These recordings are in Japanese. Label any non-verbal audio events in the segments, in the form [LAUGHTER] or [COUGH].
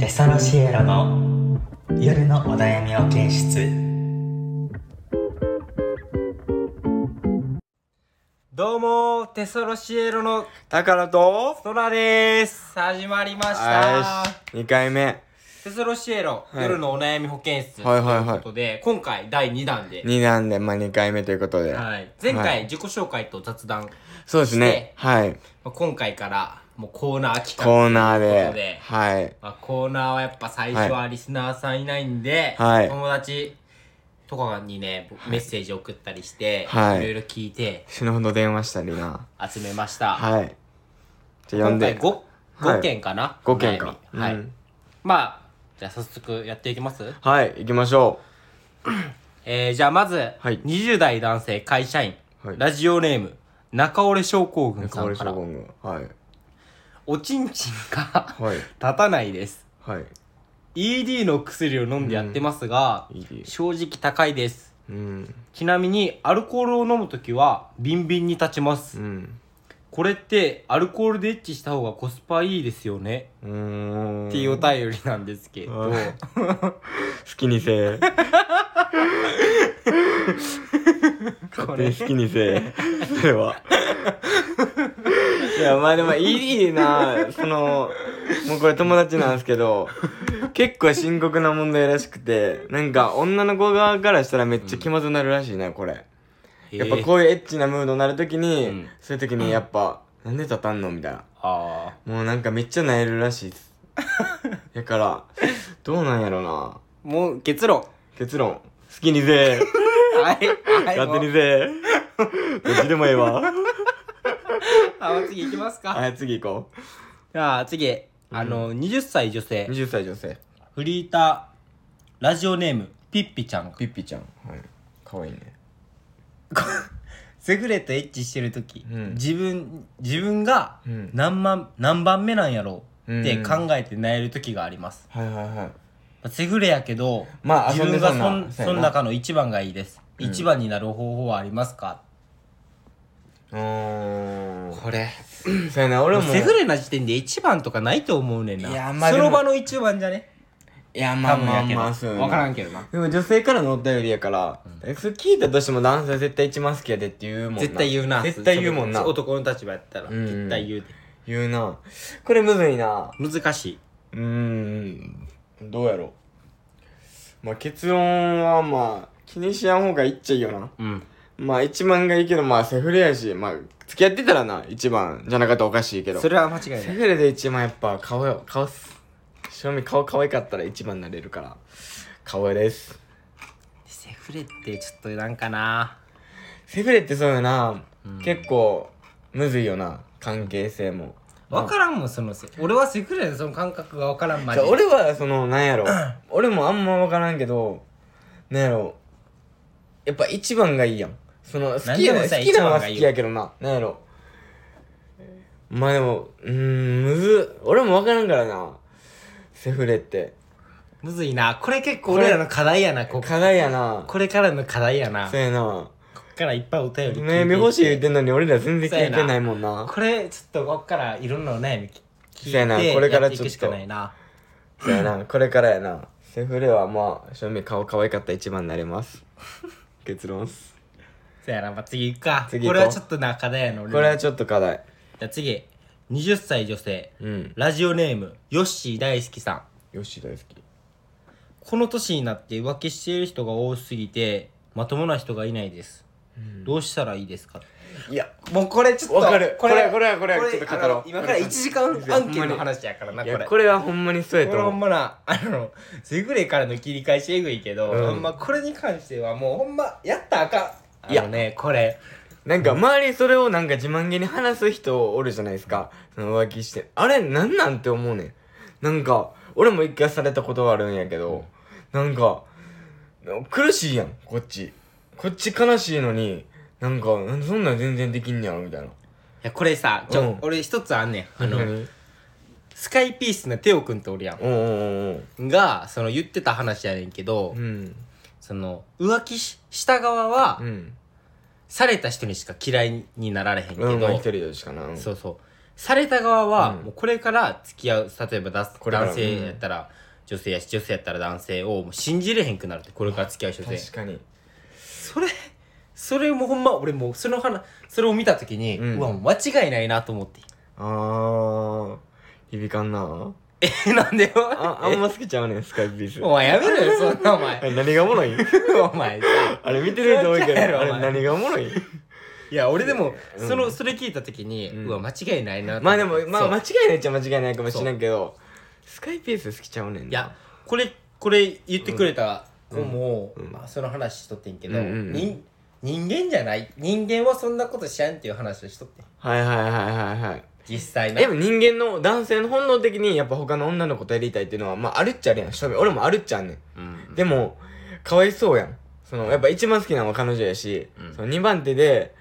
テサロシエロの夜のお悩みを検出どうもテソロシエロのタカラとソラです始まりました2回目テソロシエロ、はい夜のお悩み保健室とはいいはいうはいことで、今回第2弾で、 2なんでまあ2回目ということで、はい、前は回い自己紹介と雑談、まそうですしてねはいあ今回からもうコーナー企コ画ーナーというでことではいまあ、コーナーはやっぱ最初はリスナーさんいないんで、はい友達とかにね、メッセージ送ったりして、はいいろいろ聞いて死ぬほど電話したりな集めました、はいじゃあ今呼ん回で 5, はい5件かな、 5件かお悩みはい、うんまあじゃあ早速やっていきますはい行きましょえー、じゃあまず、はい20代男性会社員、はいラジオネーム中折症候う群中さん森か将ら軍軍はいおちんちんが [LAUGHS] はい立たないですはい ED の薬を飲んでやってますが、いいで正直高いですうんちなみにアルコールを飲むときはビンビンに立ちます、うんこれってアルコールでエッチした方がコスパいいですよね、うーんっていうお便りなんですけど、はい [LAUGHS] 好きにせえこ勝手れに好きにせえそれは [LAUGHS] いやまあでもいいなそのもうこれ友達なんですけど結構深刻な問題らしくてなんか女の子側からしたらめっちゃ気まずになるらしいなこれ、やっぱこういうエッチなムードになるときに、うんそういうときにやっぱ、なんで立たんのみたいなああもうなんかめっちゃ萎えるらしい [LAUGHS] ですやからどうなんやろなもう結論結論好きにせえはい、はい、勝手もにう [LAUGHS] せえどっちでもええわあもう次行きますかはい次行こじゃあ次、あの、20歳女う性、 20歳女性フリーター、ラジオネーム、ピッピちゃんが。ピッピちゃんはいかわいいねセグレとエッチしてる時、うん自分、自分がうん何万、何番目なんやろうってうん考えて悩える時があります。はいはいはいセグレやけど、まあ自分が遊んでそたんんだそそうやのな中の一番がいいです。うん一番になる方法はありますか、うーんこれ。 [CLEARS THROAT] そうやな俺もセグレな時点で一番とかないと思うねんな。いやまあそでもの場の一番じゃねいやま多あ分まあやけど。まあわそうやからんけけどな。どでも女性からのお便りやから、えそれ聞いたとしても男性絶対一番好きやでって言うもんな絶対言うな。絶対言うもんなそれ男の立場やったら、うん絶対言うで。言うなこれむずいな難しい。うーんどうやろまあ結論はまあ気にしやん方がいいっちゃいいよなうん。まあ一番がいいけどまあセフレやしまあ付き合ってたらな一番じゃなかったらおかしいけどそれは間違いなセい。フレで一番やっぱ顔よ顔っす正味顔可愛かったら一番になれるから顔ですセフレってちょっとなんかなセフレってそうよな、結構むずいよな関係性もわからんもん、そのせ。俺はセフレのその感覚がわからんまじでゃ。あ俺はそのな [CLEARS THROAT] んやろ俺もあんま分からんけどなんやろやっぱ一番がいいやんその好きや何でなも好さきなのは一番が好いいよきやけどななんやろまあでもうーんむずっ俺も分からんからなセフレってむずいな。これ結構俺らの課題やな、ここ課題やなこれからの課題やな。そこうやなっからいっぱいお便り聞いて。悩み欲しい言ってんのに俺ら全然聞いてないもんなこれ、ちょっとこっからいろんなお悩み聞そうや聞いなて、これからちょっとやていくしかないな。そうやなこれからやなセフレはまあ正味顔可愛かった一番になれます [LAUGHS] 結論っすそうやな、まあ、次行くか。次行ここうれはちょっとな、課題やな、俺らこれはちょっと課題じゃあ次、20歳女性、うんラジオネーム、ヨッシー大好きさん。よし大好きこの年になって浮気している人が多すぎてまともな人がいないです、どうしたらいいですかいやもうこれちょっとわかるこれこれこれちょっと語ろうあの今から1時間案件の話やからないこれやここれはほんまにそうれやとほ思んうまなあのセグレからの切り返しえぐいけど、うんほんまこれに関してはもうほんまやったらあかんいやあのねこれなんか周りそれをなんか自慢げに話す人おるじゃないですかその浮気してあれなんなんて思うねんなんか俺も一回されたことがあるんやけどなんか苦しいやんこっちこっち悲しいのになんかなんでそんなん全然できんねやろみたいないやこれさちょ、うん俺一つあんねんあの、何スカイピースのテオくんとおるやんおうおうがその言ってた話やねんけど、おううんその浮気しした側は、うんされた人にしか嫌いになられへんけど、うんまあ一人でしかなうんそうそうされた側は、うんもうこれから付き合う例えばだこれから男性やったら女性やし女性やったら男性をもう信じれへんくなるってこれから付き合う人で確かにそれそれもほんま俺もうその話それを見た時に、ううんわもう間違いないなと思ってあー響かんな [LAUGHS] えなんでよああんま好きちゃうねんスカイピースお前やめろよそんなお前あれ何がおもろいお前あれ見てる人多いけどやっちゃうやろあれお前何がおもろいいや俺でもうんそのそれ聞いた時に、ううんわ間違いないなとま思っあてでもまあそう間違いないっちゃ間違いないかもしれんけどスカイピース好きちゃうねんないやこれこれ言ってくれた子も、うんうんまあ、その話しとってんけど、うんうんうん人人間じゃない人間はそんなことしやんっていう話をしとってんはいはいはいはいはい実際なでも人間の男性の本能的にやっぱ他の女の子とやりたいっていうのはまああるっちゃあるやん正味俺もあるっちゃあんねんうんでもかわいそうやんそのやっぱ一番好きなのは彼女やし、うんその2番手で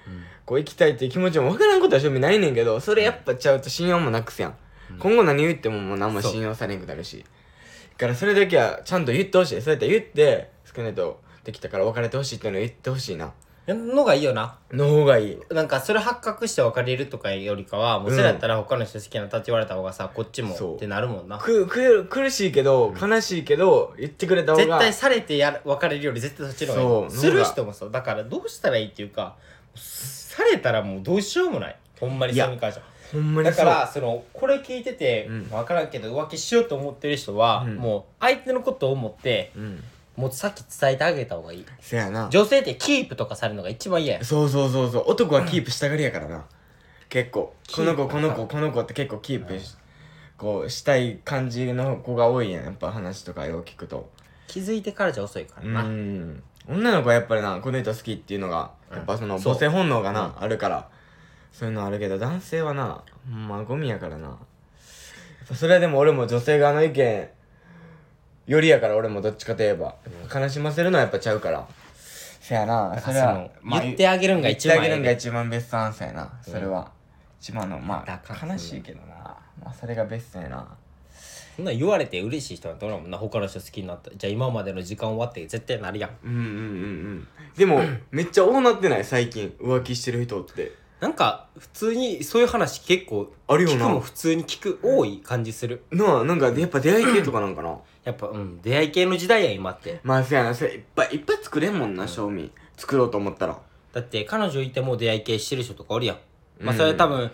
こう行きたいっていう気持ちも分からんことは正味ないねんけどそれやっぱちゃうと信用もなくすやん、うん今後何言ってももう何もそう信用されんくなるしだからそれだけはちゃんと言ってほしいそうやって言って少ないとできたから別れてほしいっていうのを言ってほしいなのがいいよなの方がいいなんかそれ発覚して別れるとかよりかはもうそれやったら他の人好きなの立って言われた方がさこっちもそうってなるもんなくく苦しいけど悲しいけど言ってくれた方絶が対されてやる別れるより絶対そっちの方がいいそうする人もそうだからどうしたらいいっていうかされたらもうどうしようもないほんまにそれに関してはほんまにだそかうらそのこれ聞いてて、うん分からんけど浮気しようと思ってる人は、うんもう相手のことを思ってうんもうさっき伝えてあげた方がいいせやな女性ってキープとかされるのが一番嫌やそうそうそうそう男はキープしたがりやからな、結構キこーのプ子この子この子って結構キープし、こうしたい感じの子が多いやんやっぱ話とかよう聞くと気づいてからじゃ遅いかうらな、ん女の子はやっぱりなこの人好きっていうのがやっぱそのうんそう母性本能がな、あるからそういうのあるけど男性はなほんまあゴミやからなやっぱそれはでも俺も女性側の意見よりやから俺もどっちかといえばやっぱ悲しませるのはやっぱちゃうからせやなそれそはの、言ってあげるんが一番言ってあげるんが一番ベストアンサーやな、それは一番のまだからあ悲しいけどなまあそれがベストやなそんなん言われて嬉しい人なんておらんもんな他の人好きになったじゃあ今までの時間終わって絶対なるやんうんうんうんうんでもめっちゃ多なってない最近浮気してる人ってなんか普通にそういう話結構あるよな聞くも普通に聞く多い感じするなあなんかやっぱ出会い系とかなんかなやっぱうん出会い系の時代や今ってまあそうやなそれいっぱいいっぱい作れんもんな正味作ろうと思ったらだって彼女いても出会い系してる人とかおるやん、まあ、うんそれは多分、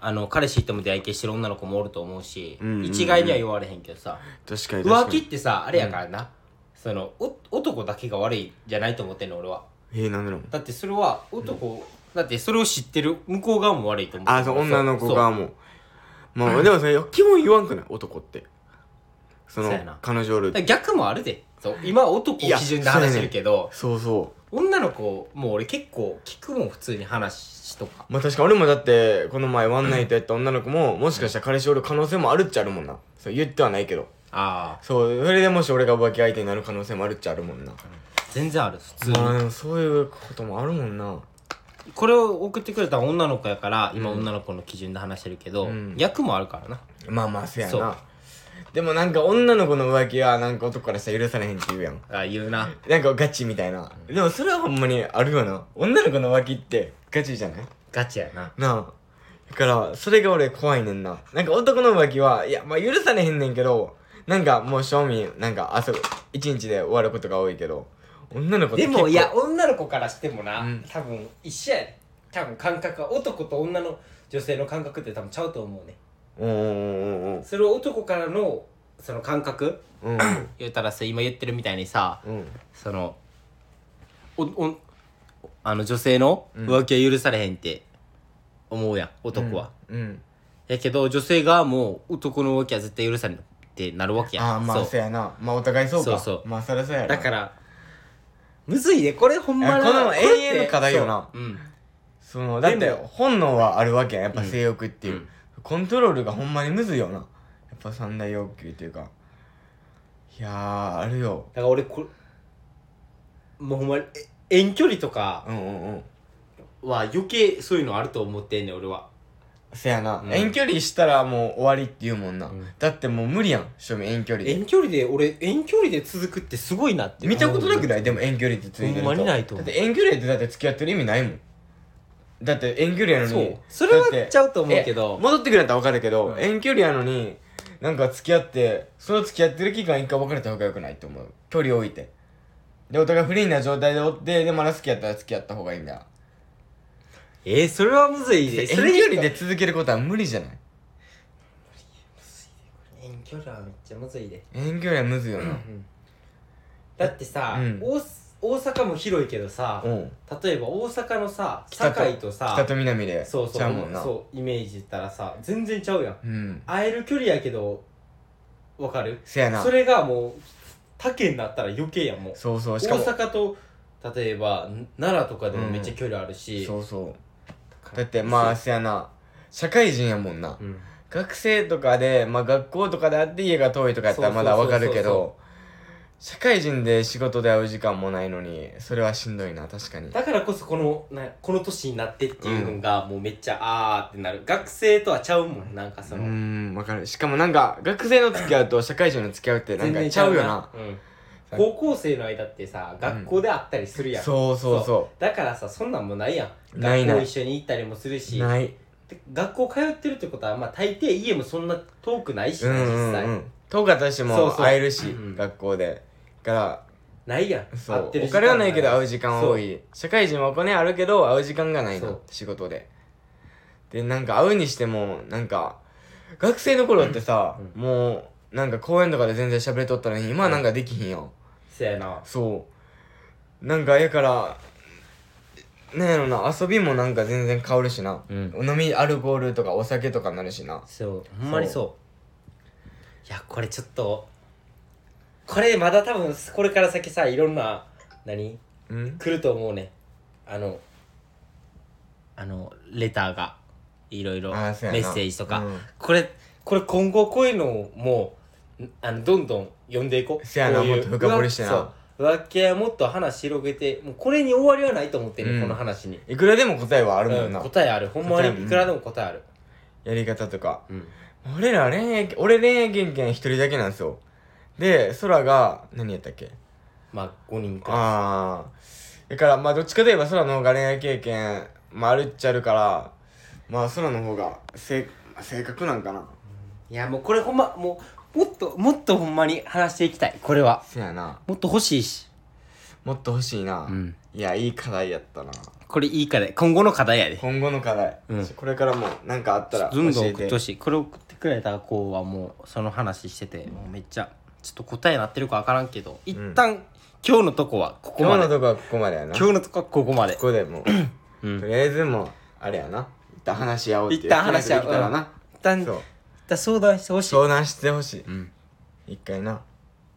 あの彼氏いても出会い系してる女の子もおると思うし、うんうんうん一概には言われへんけどさ確かに浮確か気にってさあれやからな、そのお男だけが悪いじゃないと思ってんの俺はえー、なんだろうだってそれは男、だってそれを知ってる向こう側も悪いと思ってるあそう女の子そう側もまあでもそれ基本言わんくない男ってそのそうやな彼女おるだから逆もあるでそう今は男を基準で話してるけど、そうそう女の子もう俺結構聞くもん普通に話とかまあ確か俺もだってこの前ワンナイトやった女の子ももしかしたら彼氏おる可能性もあるっちゃあるもんなそう言ってはないけどああそうそれでもし俺が浮気相手になる可能性もあるっちゃあるもんな全然ある普通に、まあでもそういうこともあるもんなこれを送ってくれた女の子やから今うん女の子の基準で話してるけど、うん役もあるからなまあまあせやそなうでもなんか女の子の浮気はなんか男からしたら許されへんって言うやんあ言うななんかガチみたいなでもそれはほんまにあるよな女の子の浮気ってガチじゃないガチやななあだからそれが俺怖いねんななんか男の浮気はいやまあ許されへんねんけどなんかもう正味なんかあそ一日で終わることが多いけど女の子ってで結構もいや女の子からしてもな、うん多分一緒やね多分感覚は男と女の女性の感覚って多分ちゃうと思うねうんうんうんそれを男からのその感覚うんうんうん言うたらさ今言ってるみたいにさうんそのおおあの女性の浮気は許されへんって思うやん、男は、うんやけど女性側も男の浮気は絶対許されんってなるわけやんああまそあうそうやなまあお互いそうかそうそうまあそりゃそうやなだから、むずいね、これほんまいやなこの永遠の課題よこれなってそううん。そのだってでも本能はあるわけやんやっぱ性欲っていう、うんコントロールがほんまにむずいよなやっぱ三大欲求っていうかいやーあるよだから俺、これ、もうほんまに、え遠距離とかうんうんうんは余計そういうのあると思ってんねん、俺は。せやな、うん遠距離したらもう終わりって言うもんな、うんだってもう無理やん正味遠距離で遠距離で、俺、遠距離で続くってすごいなって。見たことなくないいでも遠距離ってついてるとほんまにないとだ思うって遠距離ってだって付き合ってる意味ないもんだって遠距離やのにそうそれはだってちゃうと思うけどえ戻ってくれたら分かるけど、うん遠距離やのになんか付き合ってその付き合ってる期間一回別れた方が良くないと思う距離置いてでお互いフリーな状態でおってでまだ好きやったら付き合った方がいいんだえー、それはむずい遠で距それ離で続けることは無理じゃない遠距離はめっちゃむずいで遠距離はむずいよなだってさ、うん大大阪も広いけどさ、うん例えば大阪のさ北と堺とさ北と南でそうそうちゃうもんなそうイメージしたらさ全然ちゃうやんうん会える距離やけどわかるせやなそれがもう他県になったら余計やんもうそうそうしか大も阪と例えばん奈良とかでもめっちゃ距離あるし、そうそうだってまあせやな社会人やもんなうん学生とかで、まあ、学校とかであって家が遠いとかやったらまだわかるけど社会人で仕事で会う時間もないのにそれはしんどいな確かにだからこそこのなこの年になってっていうのがもうめっちゃあーってなる、学生とはちゃうもんなんかうその、んわかるしかもなんか学生の付き合 [COUGHS] うと社会人の付き合うってなんかちゃうよな、うん、高校生の間ってさ学校で会ったりするやん、そうそうそだからさそんなんもないやんないない学校一緒に行ったりもするうしないで学校通ってるってことはまあ大抵家もそんな遠くないしうね、んうん実際、うん遠かったとしてそもうそう会えるしうん学校でからないやんそ会うってるお時間金はないけど会う時間は多い社会人はお金あるけど会う時間がないそのう仕事ででなんか会うにしてもなんか学生の頃ってさ、うんもうなんか公園とかで全然喋れとったのに今はなんかできひんよ、せやなそうなんかやからなんやろな遊びもなんか全然変わるしな、うん飲みアルコールとかお酒とかなるしなそうほんまにそういやこれちょっとこれまだ多分これから先さいろんな何うん来ると思うねあのあのレターがいろいろメあーそうやなッセージとか、うんこれこれ今後こういうのをもうんあのどんどん読んでいこうせやなこういうもっと深掘りしてなそう浮気はもっと話広げてもうこれに終わりはないと思ってる、うんこの話に、いくらでも答えはあるもうんん、な、答えあるほんま答えもうにんいくらでも答えある、やり方とかうん俺ら恋愛俺恋愛経験一人だけなんですよで空が何やったっけまあ5人かああだからまあどっちかといえば空の方が恋愛経験、まあ、あるっちゃあるからまあ空の方が正正確なんかないやもうこれほんまもうもっともっとほんまに話していきたいこれはせやなもっと欲しいし、もっと欲しいな、うん、いやいい課題やったなこれいい課題今後の課題やで今後の課題、うんこれからも何かあったらど教んどんえ送っててほしいこれ送ってくれた子はもうその話しててもうめっちゃちょっと答えなってるか分からんけど一旦、今日のとこはここ今ま日のでとこはここまでやな今こ日のとこはここまでこでもううとんりあえずもうあれやな一旦話し合おうっていう一旦話し合おう決めてできたらな、一旦そう一旦相談してほしい相談してほしいうん一回な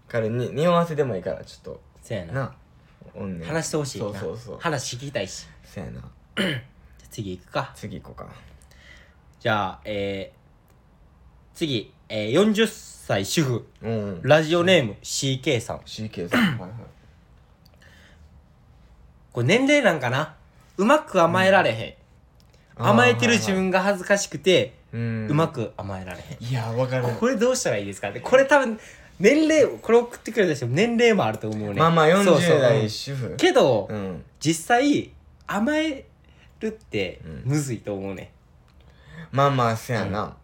彼に匂わせでもいいからちょっそうやとななおんねん話してほしいなそうそうそう話聞きたいしそやなじゃあ次行くか次行こうかじゃあえー、次、えー、40歳主婦うんうんラジオネーム CK さん CK さんはいはいこれ年齢なんかなうまく甘えられへん、甘えてる自あ分が恥ずかしくて、ーはいはいううんまく甘えられへんいやわかるこれどうしたらいいですかってこれ多分年齢これ送ってくれた人も年齢もあると思うねまあまあそうそう40代主婦けど、うん実際甘えるってうんむずいと思うね、まあまあそやな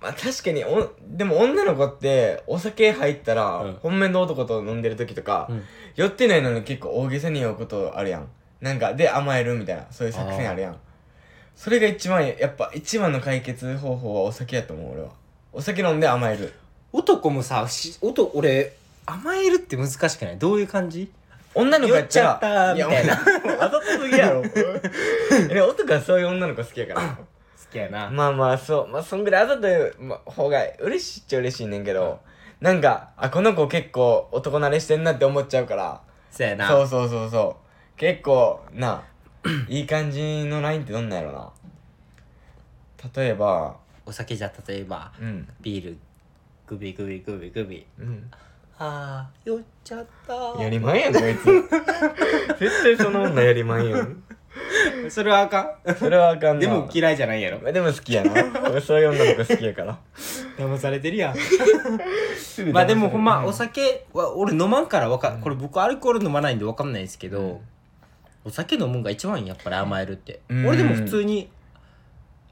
まあ確かにおでも女の子ってお酒入ったうらん本命の男と飲んでる時とかうん酔ってないのに結構大げさに酔うことあるやんなんかで甘えるみたいなそういう作戦あるやんそれが一番やっぱ一番の解決方法はお酒やと思う俺はお酒飲んで甘える男もさし男俺甘えるって難しくないどういう感じ女の子やったら酔っちゃったーみたいなや当たった時やろ [LAUGHS] え男はそういう女の子好きやから好きやな、まあまあそうまあそんぐらいあざというま方が嬉しいっちゃ嬉しいねんけど、なんかあこの子結構男慣れしてんなって思っちゃうからそうやなそうそうそうそう結構 [CLEARS THROAT] ないい感じのラインってどんなんやろな例えばお酒じゃ例えばうんビールグビグビグビグビうんあー酔っちゃった [LAUGHS] やーりまんやんこ [LAUGHS] いつ絶対その女やりまんやんそれはあかそれはあかんんなでも嫌いじゃないやろまあでも好きやな俺そういう女の子好きやから騙されてるやん [LAUGHS] まあでもほんまお酒は俺飲まんからわかこれ僕アルコール飲まないんでわかんないですけど、うんお酒飲むんが一番いいんやっぱり甘えるってうん俺でも普通に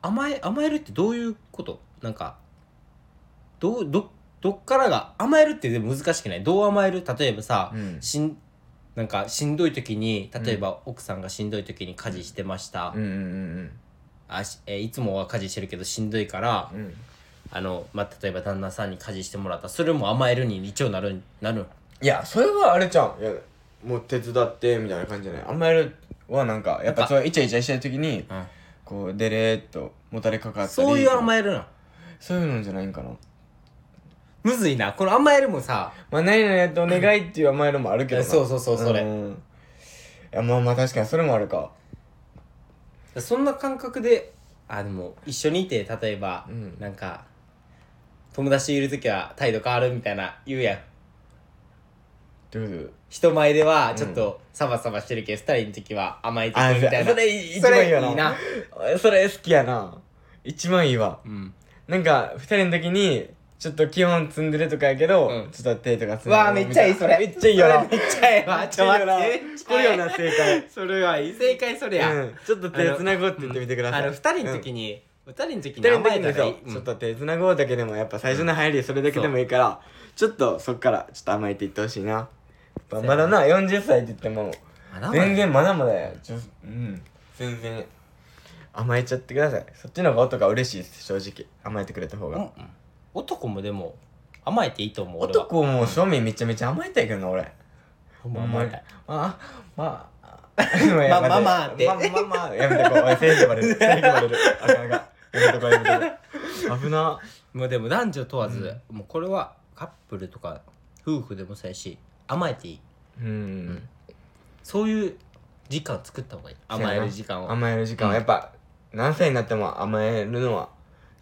甘え甘えるってどういうことなんかどうどどっからが甘えるってでも難しくないどう甘える例えばさ、うんしんなんかしんどい時に例えば奥さんがしんどい時に家事してました、うんうんあしえーいつもは家事してるけどしんどいから、うんうんあの、まあ、例えば旦那さんに家事してもらったそれも甘えるに一応なるんなるんいやそれはあれじゃんいやもう手伝ってみたいな感じじゃない甘えるはなんかやっなんぱかそうイチャイチャしてる時にうんこうデレーっともたれかかったりそういう甘えるなそういうのじゃないんかなむずいなこの甘えるもさまあ何々やってお願いっていう甘えるもあるけどなそうそうそうそれんいやまあまあ確かにそれもあるかそんな感覚であでも一緒にいて例えば、うんなんか友達いる時は態度変わるみたいな言うやんどういうこ人前ではちょっとサバサバしてるけど、二人の時は甘えてくるみたいなあそれそれ一番いいよないいなとそれ好きやな一番いいわうんなんか二人の時にちょっと基本積んでるとかやけど、うんちょっと手とか積んでうわあめっちゃいいそれめっちゃいいよなそれめっちゃいい [LAUGHS] わちょっと待って [LAUGHS] めっちゃいいよなこれよな正解それはいい正解それや、うん、ちょっと手つなごうって言ってみてくださいあの二人のに時に、二人の時に二人の甘時えたにらいそ、いううんちょっと手つなごうだけでもやっぱ最初の入りそれだけでもいいから、ちょっとそっからちょっと甘えていってほしいなまあまだな40歳って言ってもあな全然まだまだやちょうん全然甘えちゃってくださいそっちの方が男が嬉しいです正直甘えてくれた方うんうがん男もでも甘えていいと思う俺は男も正面めちゃめちゃ甘えたいけどな俺ほんま甘えたいまあ [LAUGHS] まあままあまあってまあまあまあやめてこうおい正義バレる正義バレるあかんあかんやめてこうやめて [LAUGHS] こう危なもうでも男女問わず、もうこれはカップルとか夫婦でもそうやし甘えていいうんそういう時間作った方がいい甘える時間を甘える時間はやっぱ何歳になっても甘えるのは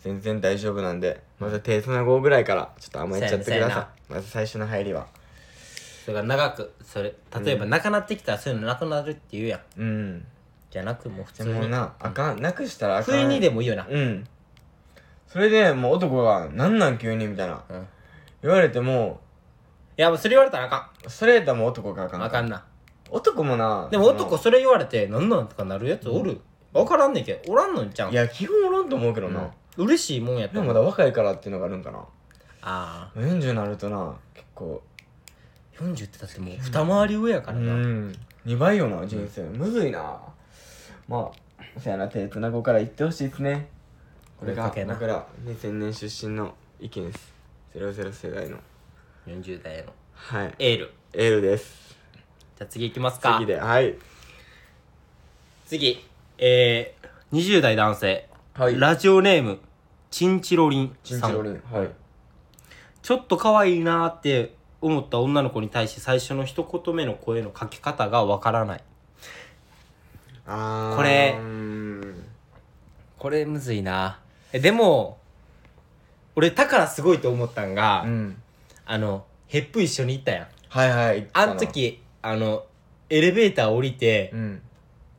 全然大丈夫なんでまず手つなごうぐらいからちょっと甘えちゃってくだせやなさいまず最初の入りはそれが長くそれ例えばなくなってきたらそういうのなくなるっていうやんうんじゃなくもう普で通もになあかんなくしたらあ普かん通にでもいいよな、うんそれでもう男が「なんなん急に」みたいなうんい言われてもやもうそれ言われたらあかそれやったらもう男があかんんあかんな男もなでもその男それ言われてなんなんとかなるやつおる、わからんねんけどおらんのんちゃうんいや基本おらんと思うけどうな、ん嬉しいもんやでとも思まうだ若いからっていうのがあるんかなああ40になるとな結構40ってだってもう二回り上やからな、うん2倍よな人生、むずいなまあそやな手つなごうから言ってほしいですねこれが声かけな僕ら2000年出身の意見です00世代の40代へのはいエールエールですじゃあ次行きますか次ではい次えー、20代男性、はいラジオネームチンチロリンチさんンチロリンはいちょっと可愛いなーって思った女の子に対して最初の一言目の声のかけ方がわからないあーこれうーんこれむずいなえでも俺だからすごいと思ったんが、うんあのヘップ一緒に行ったやんはいはいあの時あのエレベーター降りて、うん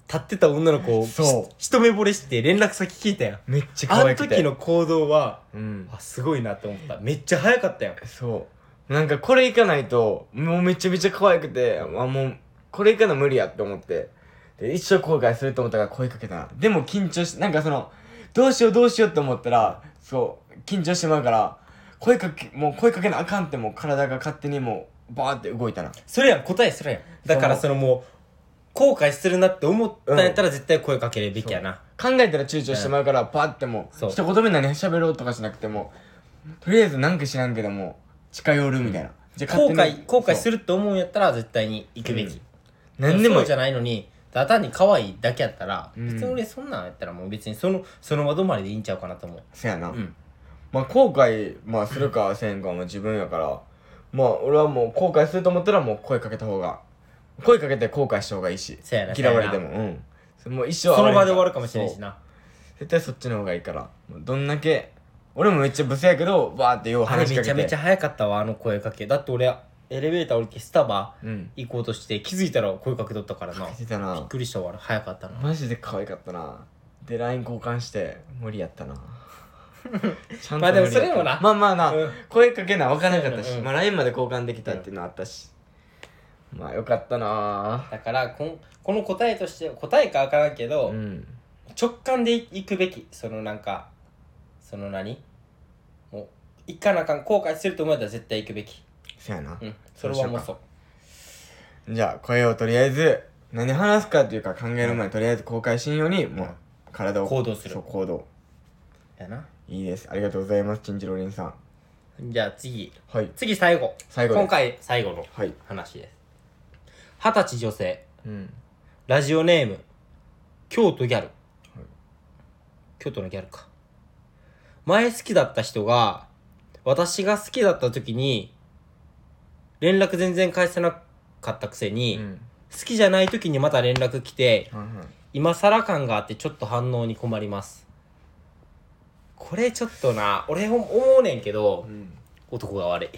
立ってた女の子をそうひ一目惚れして連絡先聞いたやんめっちゃあ可の愛くて時の行動はうんあすごいなって思っためっちゃ早かったやんそうなんかこれいかないともうめちゃめちゃ可愛くてあもうこれいかな無理やって思ってで一生後悔すると思ったから声かけたなでも緊張しなんかそのどうしようどうしようって思ったらそう緊張してまうから声かけもう声かけなあかんってもう体が勝手にもうバーって動いたなそれやん答えそれやんだからそのもう後悔するなって思ったんやったら絶対声かけるべきやな、考えたら躊躇してまうからバーってもそうう一言目何喋ろうとかしなくてもとりあえずなんか知らんけども近寄るみたいな、じゃあ後勝手に悔後悔するると思うんやったら絶対に行くべき、うん何でもそうじゃないのにただ単に可愛いだけやったら、うん別に俺そんなんやったらもう別にそのその場止まりでいいんちゃうかなと思うせやな、うんまあ後悔、まあ、するかせんかはもう自分やからまあ俺はもう後悔すると思ったらもう声かけた方が声かけて後悔した方がいいしせやな嫌われせてやもなうんそもう一生その場会われへんで終わるかもしれんしそうな絶対そっちの方がいいからもうどんだけ俺もめっちゃブスやけどバーってようあれ話しめかちゃけめちゃて早かったわあの声かけだって俺エレベーター降りてスタバうん行こうとして気づいたら声かけとったからなしてたびっなくりしたわあれ早かったなマジで可愛かったなで LINE 交換して無理やった [LAUGHS] なちゃんとまあでも無理そやったれもなまあまあな、うん声かけな分からなかったそうし、やなうんまあ LINE まで交換できたっていうのあったし、まあよかったなだからこんこの答えとして答えかわからんけど、うん直感でいいくべきそのなんかその何もう行かなあかん後悔すると思えたら絶対行くべきそやなうんそれはもうそうじゃあ声をとりあえず何話すかっていうか考える前にとりあえず公開しんようにもう体を行動するそう行動やないいですありがとうございますチンジロリンさんじゃあ次はい次最後最後です今回最後のはい話です二十歳女性うんラジオネーム京都ギャル、京都のギャルか前好きだった人が私が好きだった時に連絡全然返さなかったくせに、うん好きじゃない時にまた連絡来てはいはい今更感があってちょっと反応に困りますこれちょっとな俺思うねんけどうん男が悪い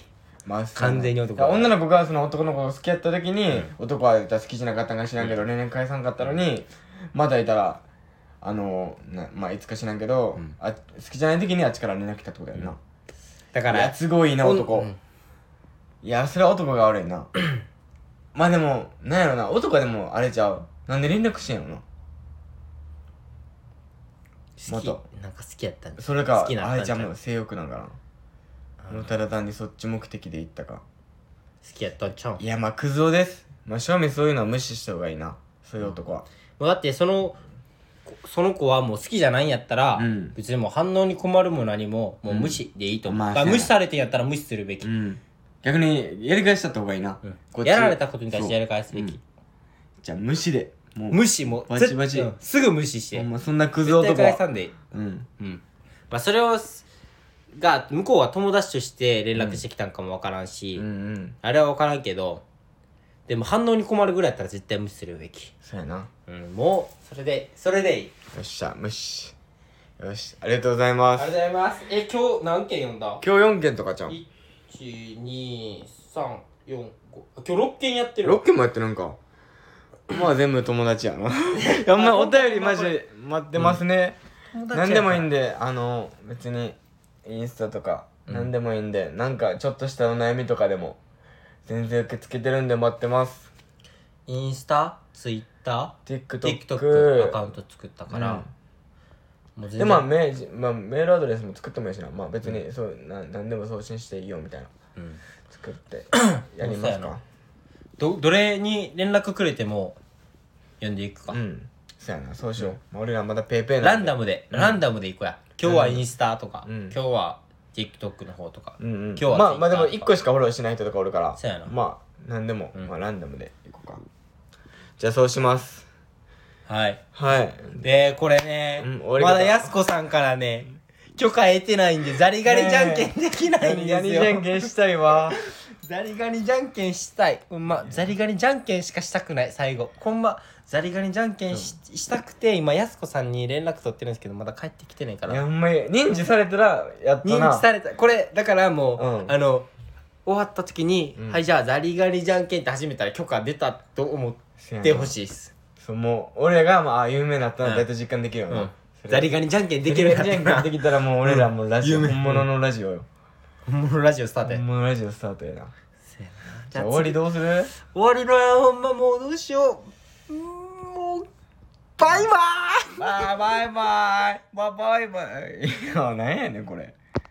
まあそう完全に男だから女の子がその男の子が好きやった時に、男は絶対好きじゃなかったんか知らんけど、連絡返さんかったのにまだいたらあのなまあいつか知らんけど、うんあ好きじゃない時にあっちから連絡来たってことやんな、だかいやら都合いいな男、うんいやそれは男が悪いなまあでもなんやろな男はでもあれちゃうなんで連絡してんやろな好きまなんか好きやったんでそれか好きなあれちゃう感じもう性欲なんかなうんもうただ単にそっち目的で行った好かきやったんちゃうんいやまあクズ男ですまあ正味そういうのは無視した方がいいなそういう男はもうだってそのその子はもう好きじゃないんやったら、うん別にもう反応に困るも何ももう無視でいいと思う、まあだからそうやな無視されてんやったら無視するべき、ん逆にやり返しちゃった方がいいな、うんこっちやられたことに対してやり返すべそうき、じゃあ無視でもう無視もバチバチうんすぐ無視してほんまそんなクズ絶対男返はさんでいいうんうんまあそれをすが向こうは友達として連絡してきたんかもわからんし、うんうんあれはわからんけどでも反応に困るぐらいやったら絶対無視するべき、そうやなうん、もうそれでそれでいいよっしゃ無視よしありがとうございますありがとうございますえ今日何件読んだ今日4件とかじゃん1234今日6件やってるわロッケもやってるん [LAUGHS] かまあ全部友達やな [LAUGHS] いやまあお便りマジで待ってますね、何でもいいんであの別にインスタとか何でもいいんで、なんかちょっとしたお悩みとかでも全然受け付けてるんで待ってますインスタツイッター TikTok, TikTok アカウント作ったから、もう全でまあメージ、まあ、メールアドレスも作ってもいいしなまあ別にそうな何でも送信していいよみたいなうん作って [LAUGHS] やりますそうやかなどどれに連絡くれても読んでいくか、うんそうやなそうしよう、まあ俺らまだペーペーなランんでダムで、ランダムでいこうや今日はインスタとか、うん今日は TikTok の方とか、うんうん、今日はまあまあでも Twitter とか1個しかフォローしない人とかおるからそうやなまあ何でも、うんまあランダムでいこうかじゃあそうしますはいはいでこれね、うん俺がまだやすこさんからね許可得てないんでザリガニじゃんけんできないんで何す何じよ、ゃんけんしたいわ [LAUGHS] ザリガニじゃんけんしたい。うんま、ザリガニじゃんけんしかしたくない、最後。ほんま、ザリガニじゃんけんし,、したくて、今、やすこさんに連絡取ってるんですけど、まだ帰ってきてないかいやら。ほんまに認知されたらやったな認知された。これ、だからもう、うんあの、終わった時に、うんはい、じゃあ、ザリガニじゃんけんって始めたら許可出たと思せやっなてほしいです。そうもう俺らがまあ有名になったうらん大体実感できるようんな、。ザリガニじゃんけんできるよう [LAUGHS] じゃにんけなんってできたらもう俺らもうラジオ、うん有名本物のラジオよ本物ラジオスタートや本物のラジオスタートやなせやなじゃあ終わりどうする終わりのやほんまもうどうしよううーんもうバイバーイ [LAUGHS] バイバイバイバイバイバイいや何やねんこれ